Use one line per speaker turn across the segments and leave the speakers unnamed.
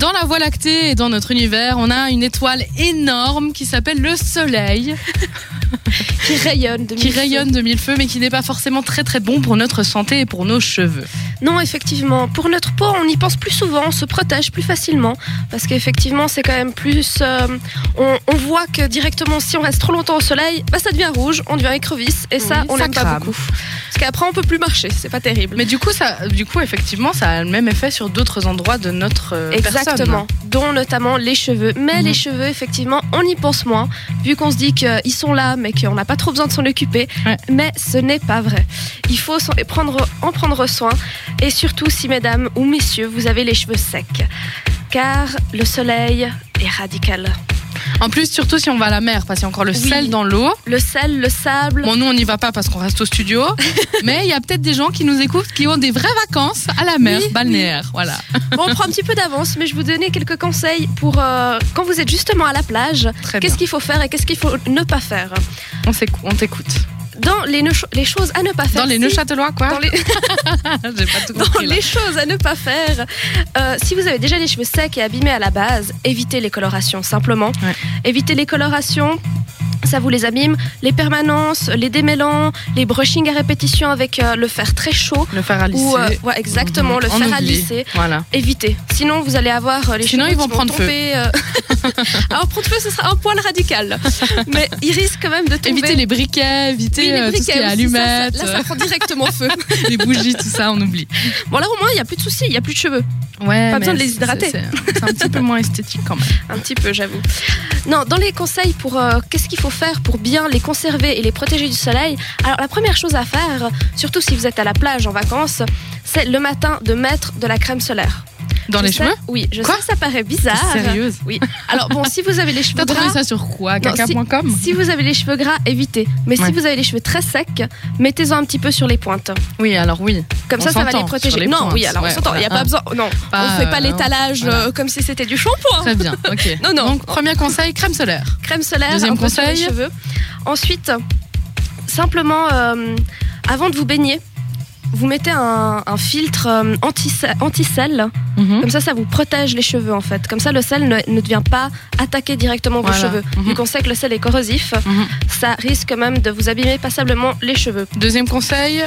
Dans la Voie lactée et dans notre univers, on a une étoile énorme qui s'appelle le Soleil,
qui rayonne de
qui
mille feux.
rayonne de mille feux, mais qui n'est pas forcément très très bon pour notre santé et pour nos cheveux.
Non, effectivement. Pour notre peau, on y pense plus souvent, on se protège plus facilement. Parce qu'effectivement, c'est quand même plus. euh, on, on voit que directement, si on reste trop longtemps au soleil, bah, ça devient rouge, on devient écrevisse. Et ça,
Oui,
on
ça
n'aime pas
crame.
beaucoup. Parce qu'après, on peut plus marcher, c'est pas terrible.
Mais du coup, ça, du coup, effectivement, ça a le même effet sur d'autres endroits de notre euh,
Exactement, dont notamment les cheveux. Mais
Mhm.
les cheveux, effectivement, on y pense moins, vu qu'on se dit qu'ils sont là, mais qu'on n'a pas trop besoin de s'en occuper.
Ouais.
Mais ce n'est pas vrai. Il faut s'en- prendre, en prendre soin, et surtout si, mesdames ou messieurs, vous avez les cheveux secs. Car le soleil est radical.
personne. En plus, surtout si on va à la mer, parce qu'il y a encore le
Oui.
sel dans l'eau.
Le sel, le sable,
Bon, nous, on n'y va pas parce qu'on reste au studio, mais il y a peut-être des gens qui nous écoutent qui ont des vraies vacances à la mer
Oui,
balnéaire. Voilà.
Bon, on prend un petit peu d'avance, mais je vais vous donner quelques conseils pour euh, quand vous êtes justement à la plage,
Très bien.
qu'est-ce qu'il faut faire et qu'est-ce qu'il faut ne pas faire.
On s'écou- on t'écoute.
Dans les, neu- les choses à ne pas faire.
Dans les
si-
Neuchâtelois, quoi
Dans les,
J'ai pas tout
dans
compris. là.
les choses à ne pas faire. euh, si vous avez déjà les cheveux secs et abîmés à la base, évitez les colorations simplement.
Ouais.
Évitez les colorations. Ça vous les abîme, les permanences, les démêlants, les brushings à répétition avec euh, le fer très chaud
Le fer à lisser.
ou euh, ouais, exactement le
Mhm. En
fer à
oubli.
lisser.
Voilà.
Évitez. Sinon, vous allez avoir euh, les
Sinon,
cheveux
ils vont
qui
prendre feu.
tomber, euh, Alors, prendre feu, ce sera un poil radical. Mais ils risquent quand même de tomber.
Éviter les briquets, éviter
Oui, les
euh, tout ce qui est
briquets aussi, ça, ça-
allumettes,
Là, ça prend directement feu.
euh, les bougies, tout ça, on oublie.
Bon, là, au moins, il n'y a plus de soucis, il n'y a plus de cheveux.
Ouais,
Pas
mais
besoin de les
c'est-
hydrater.
C'est c'est un petit peu moins esthétique quand même.
Un petit peu, j'avoue. Non, dans les conseils pour euh, qu'est-ce qu'il faut faire pour bien les conserver et les protéger du soleil, alors la première chose à faire, surtout si vous êtes à la plage en vacances, c'est le matin de mettre de la crème solaire.
Dans
Je
les
sais-
cheveux
Oui, je
Quoi
sais que ça paraît bizarre.
T'es Sérieuse
Alors bon, si vous avez les cheveux
T'as trouvé
gras,
ça sur quoi
Non,
Caca.com
Si vous avez les cheveux gras, évitez. Mais
Ouais.
si vous avez les cheveux très secs, mettez-en un petit peu sur les pointes.
Oui, alors oui.
Comme
On
ça, ça va
s'entend,
les protéger.
sur les
non,
pointes,
oui, alors
ouais,
on s'entend. Il n'y a
voilà,
pas
hein.
besoin. Non,
Pas,
on ne fait pas
euh,
l'étalage
voilà.
euh, comme si c'était du shampoing.
Très bien, ok.
Non, non.
Donc, premier conseil, crème solaire.
Crème solaire,
Deuxième
un peu sur
conseil.
les cheveux. Ensuite, simplement, euh, avant de vous baigner, vous mettez un, un filtre euh, anti-sel. anti-sel.
Mhm.
Comme ça, ça vous protège les cheveux en fait. Comme ça, le sel ne, ne devient pas attaquer directement vos
Voilà.
cheveux.
Mhm.
Vu qu'on sait que le sel est corrosif,
Mhm.
ça risque même de vous abîmer passablement les cheveux.
Deuxième conseil,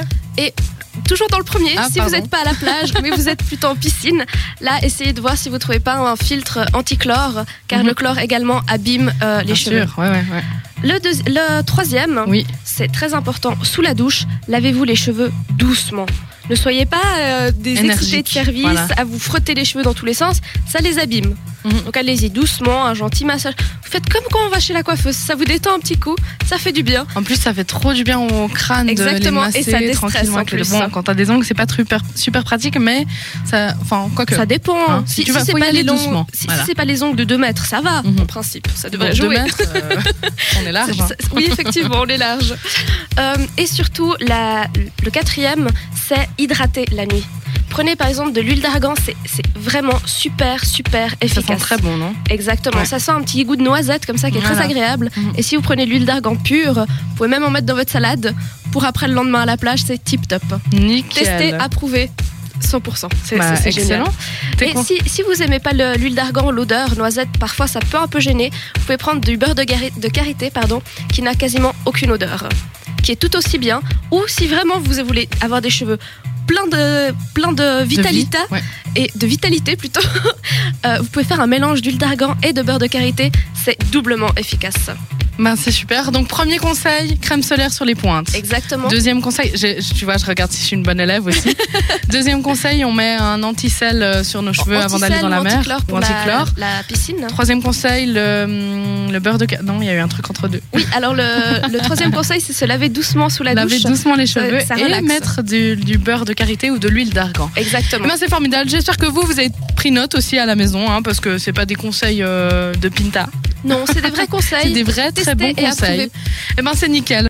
Toujours dans le premier,
Ah,
si vous
pardon.
n'êtes pas à la plage, mais vous êtes plutôt en piscine, là, essayez de voir si vous trouvez pas un filtre anti-chlore, car
Mhm.
le chlore également abîme euh, les
bien
cheveux.
sûr. Ouais, ouais, ouais.
Le, deuxi- le troisième,
Oui.
c'est très important, sous la douche, lavez-vous les cheveux doucement. Ne soyez pas euh, des excités de
Énergique,
service
voilà.
à vous frotter les cheveux dans tous les sens, ça les abîme.
Mhm.
Donc allez-y doucement, un gentil massage. Vous faites comme quand on va chez la coiffeuse, ça vous détend un petit coup, ça fait du bien.
En plus, ça fait trop du bien au crâne
Exactement,
de les
et ça
masser
déstresse
tranquillement.
en
avec les-
plus.
Bon, quand t'as des ongles, c'est pas super, super pratique, mais ça, enfin, quoi que.
Ça dépend.
Hein,
si
si tu vas-
c'est
faut y
pas
aller
les longs-
doucement,
si- si
voilà.
c'est pas les ongles de 2 mètres, ça va,
Mhm.
en principe. Ça devrait
Bon, deux
jouer.
mètres, euh, on est large. hein.
Ça- ça- oui, effectivement, on est large. Euh, et surtout, la- le quatrième, c'est hydrater la nuit. Prenez par exemple de l'huile d'argan, c'est c'est vraiment super, super
Ça
efficace.
sent très bon, non
Exactement,
Ouais.
ça sent un petit goût de noisette comme ça qui est très
Voilà.
agréable.
Mhm.
Et si vous prenez de l'huile d'argan pure, vous pouvez même en mettre dans votre salade pour après le lendemain à la plage, c'est tip top.
Nickel.
Testé, approuvé, 100%. Ah, C'est
Bah,
c'est- c'est génial.
excellent. T'es
Et
con-
si, si vous aimez pas le- l'huile d'argan, l'odeur, noisette, parfois ça peut un peu gêner, vous pouvez prendre du beurre de, gari- de karité pardon, qui n'a quasiment aucune odeur, qui est tout aussi bien. Ou si vraiment vous voulez avoir des cheveux plein de, plein de
de vie.
vitalita,
Ouais.
et de vitalité plutôt, euh, vous pouvez faire un mélange d'huile d'argan et de beurre de karité, c'est doublement efficace.
Bah, c'est super. Donc, premier conseil, crème solaire sur les pointes.
Exactement.
Deuxième conseil, j'ai- tu vois, je regarde si je suis une bonne élève aussi. Deuxième conseil, on met un anti-sel euh, sur nos cheveux avant d'aller
Anticelle
dans la
ou
mer.
antichlore
ou
pour la,
antichlore.
la piscine.
Troisième conseil, le, hum, le beurre de... ca- Non, il y a eu un truc entre deux.
Oui, alors le, le troisième conseil, c'est se laver doucement sous la
Laver
douche.
doucement les
Ça-
cheveux
ça
et
relaxe.
mettre du, du beurre de karité ou de l'huile d'argan. Eh
Exactement.
ben, c'est formidable. J'espère que vous, vous avez pris note aussi à la maison, hein, parce que c'est pas des conseils euh, de Pinta.
Non, c'est des vrais
C'est
conseils.
des vrais, très
Tester
bons
et approuver.
conseils. Eh ben, c'est nickel.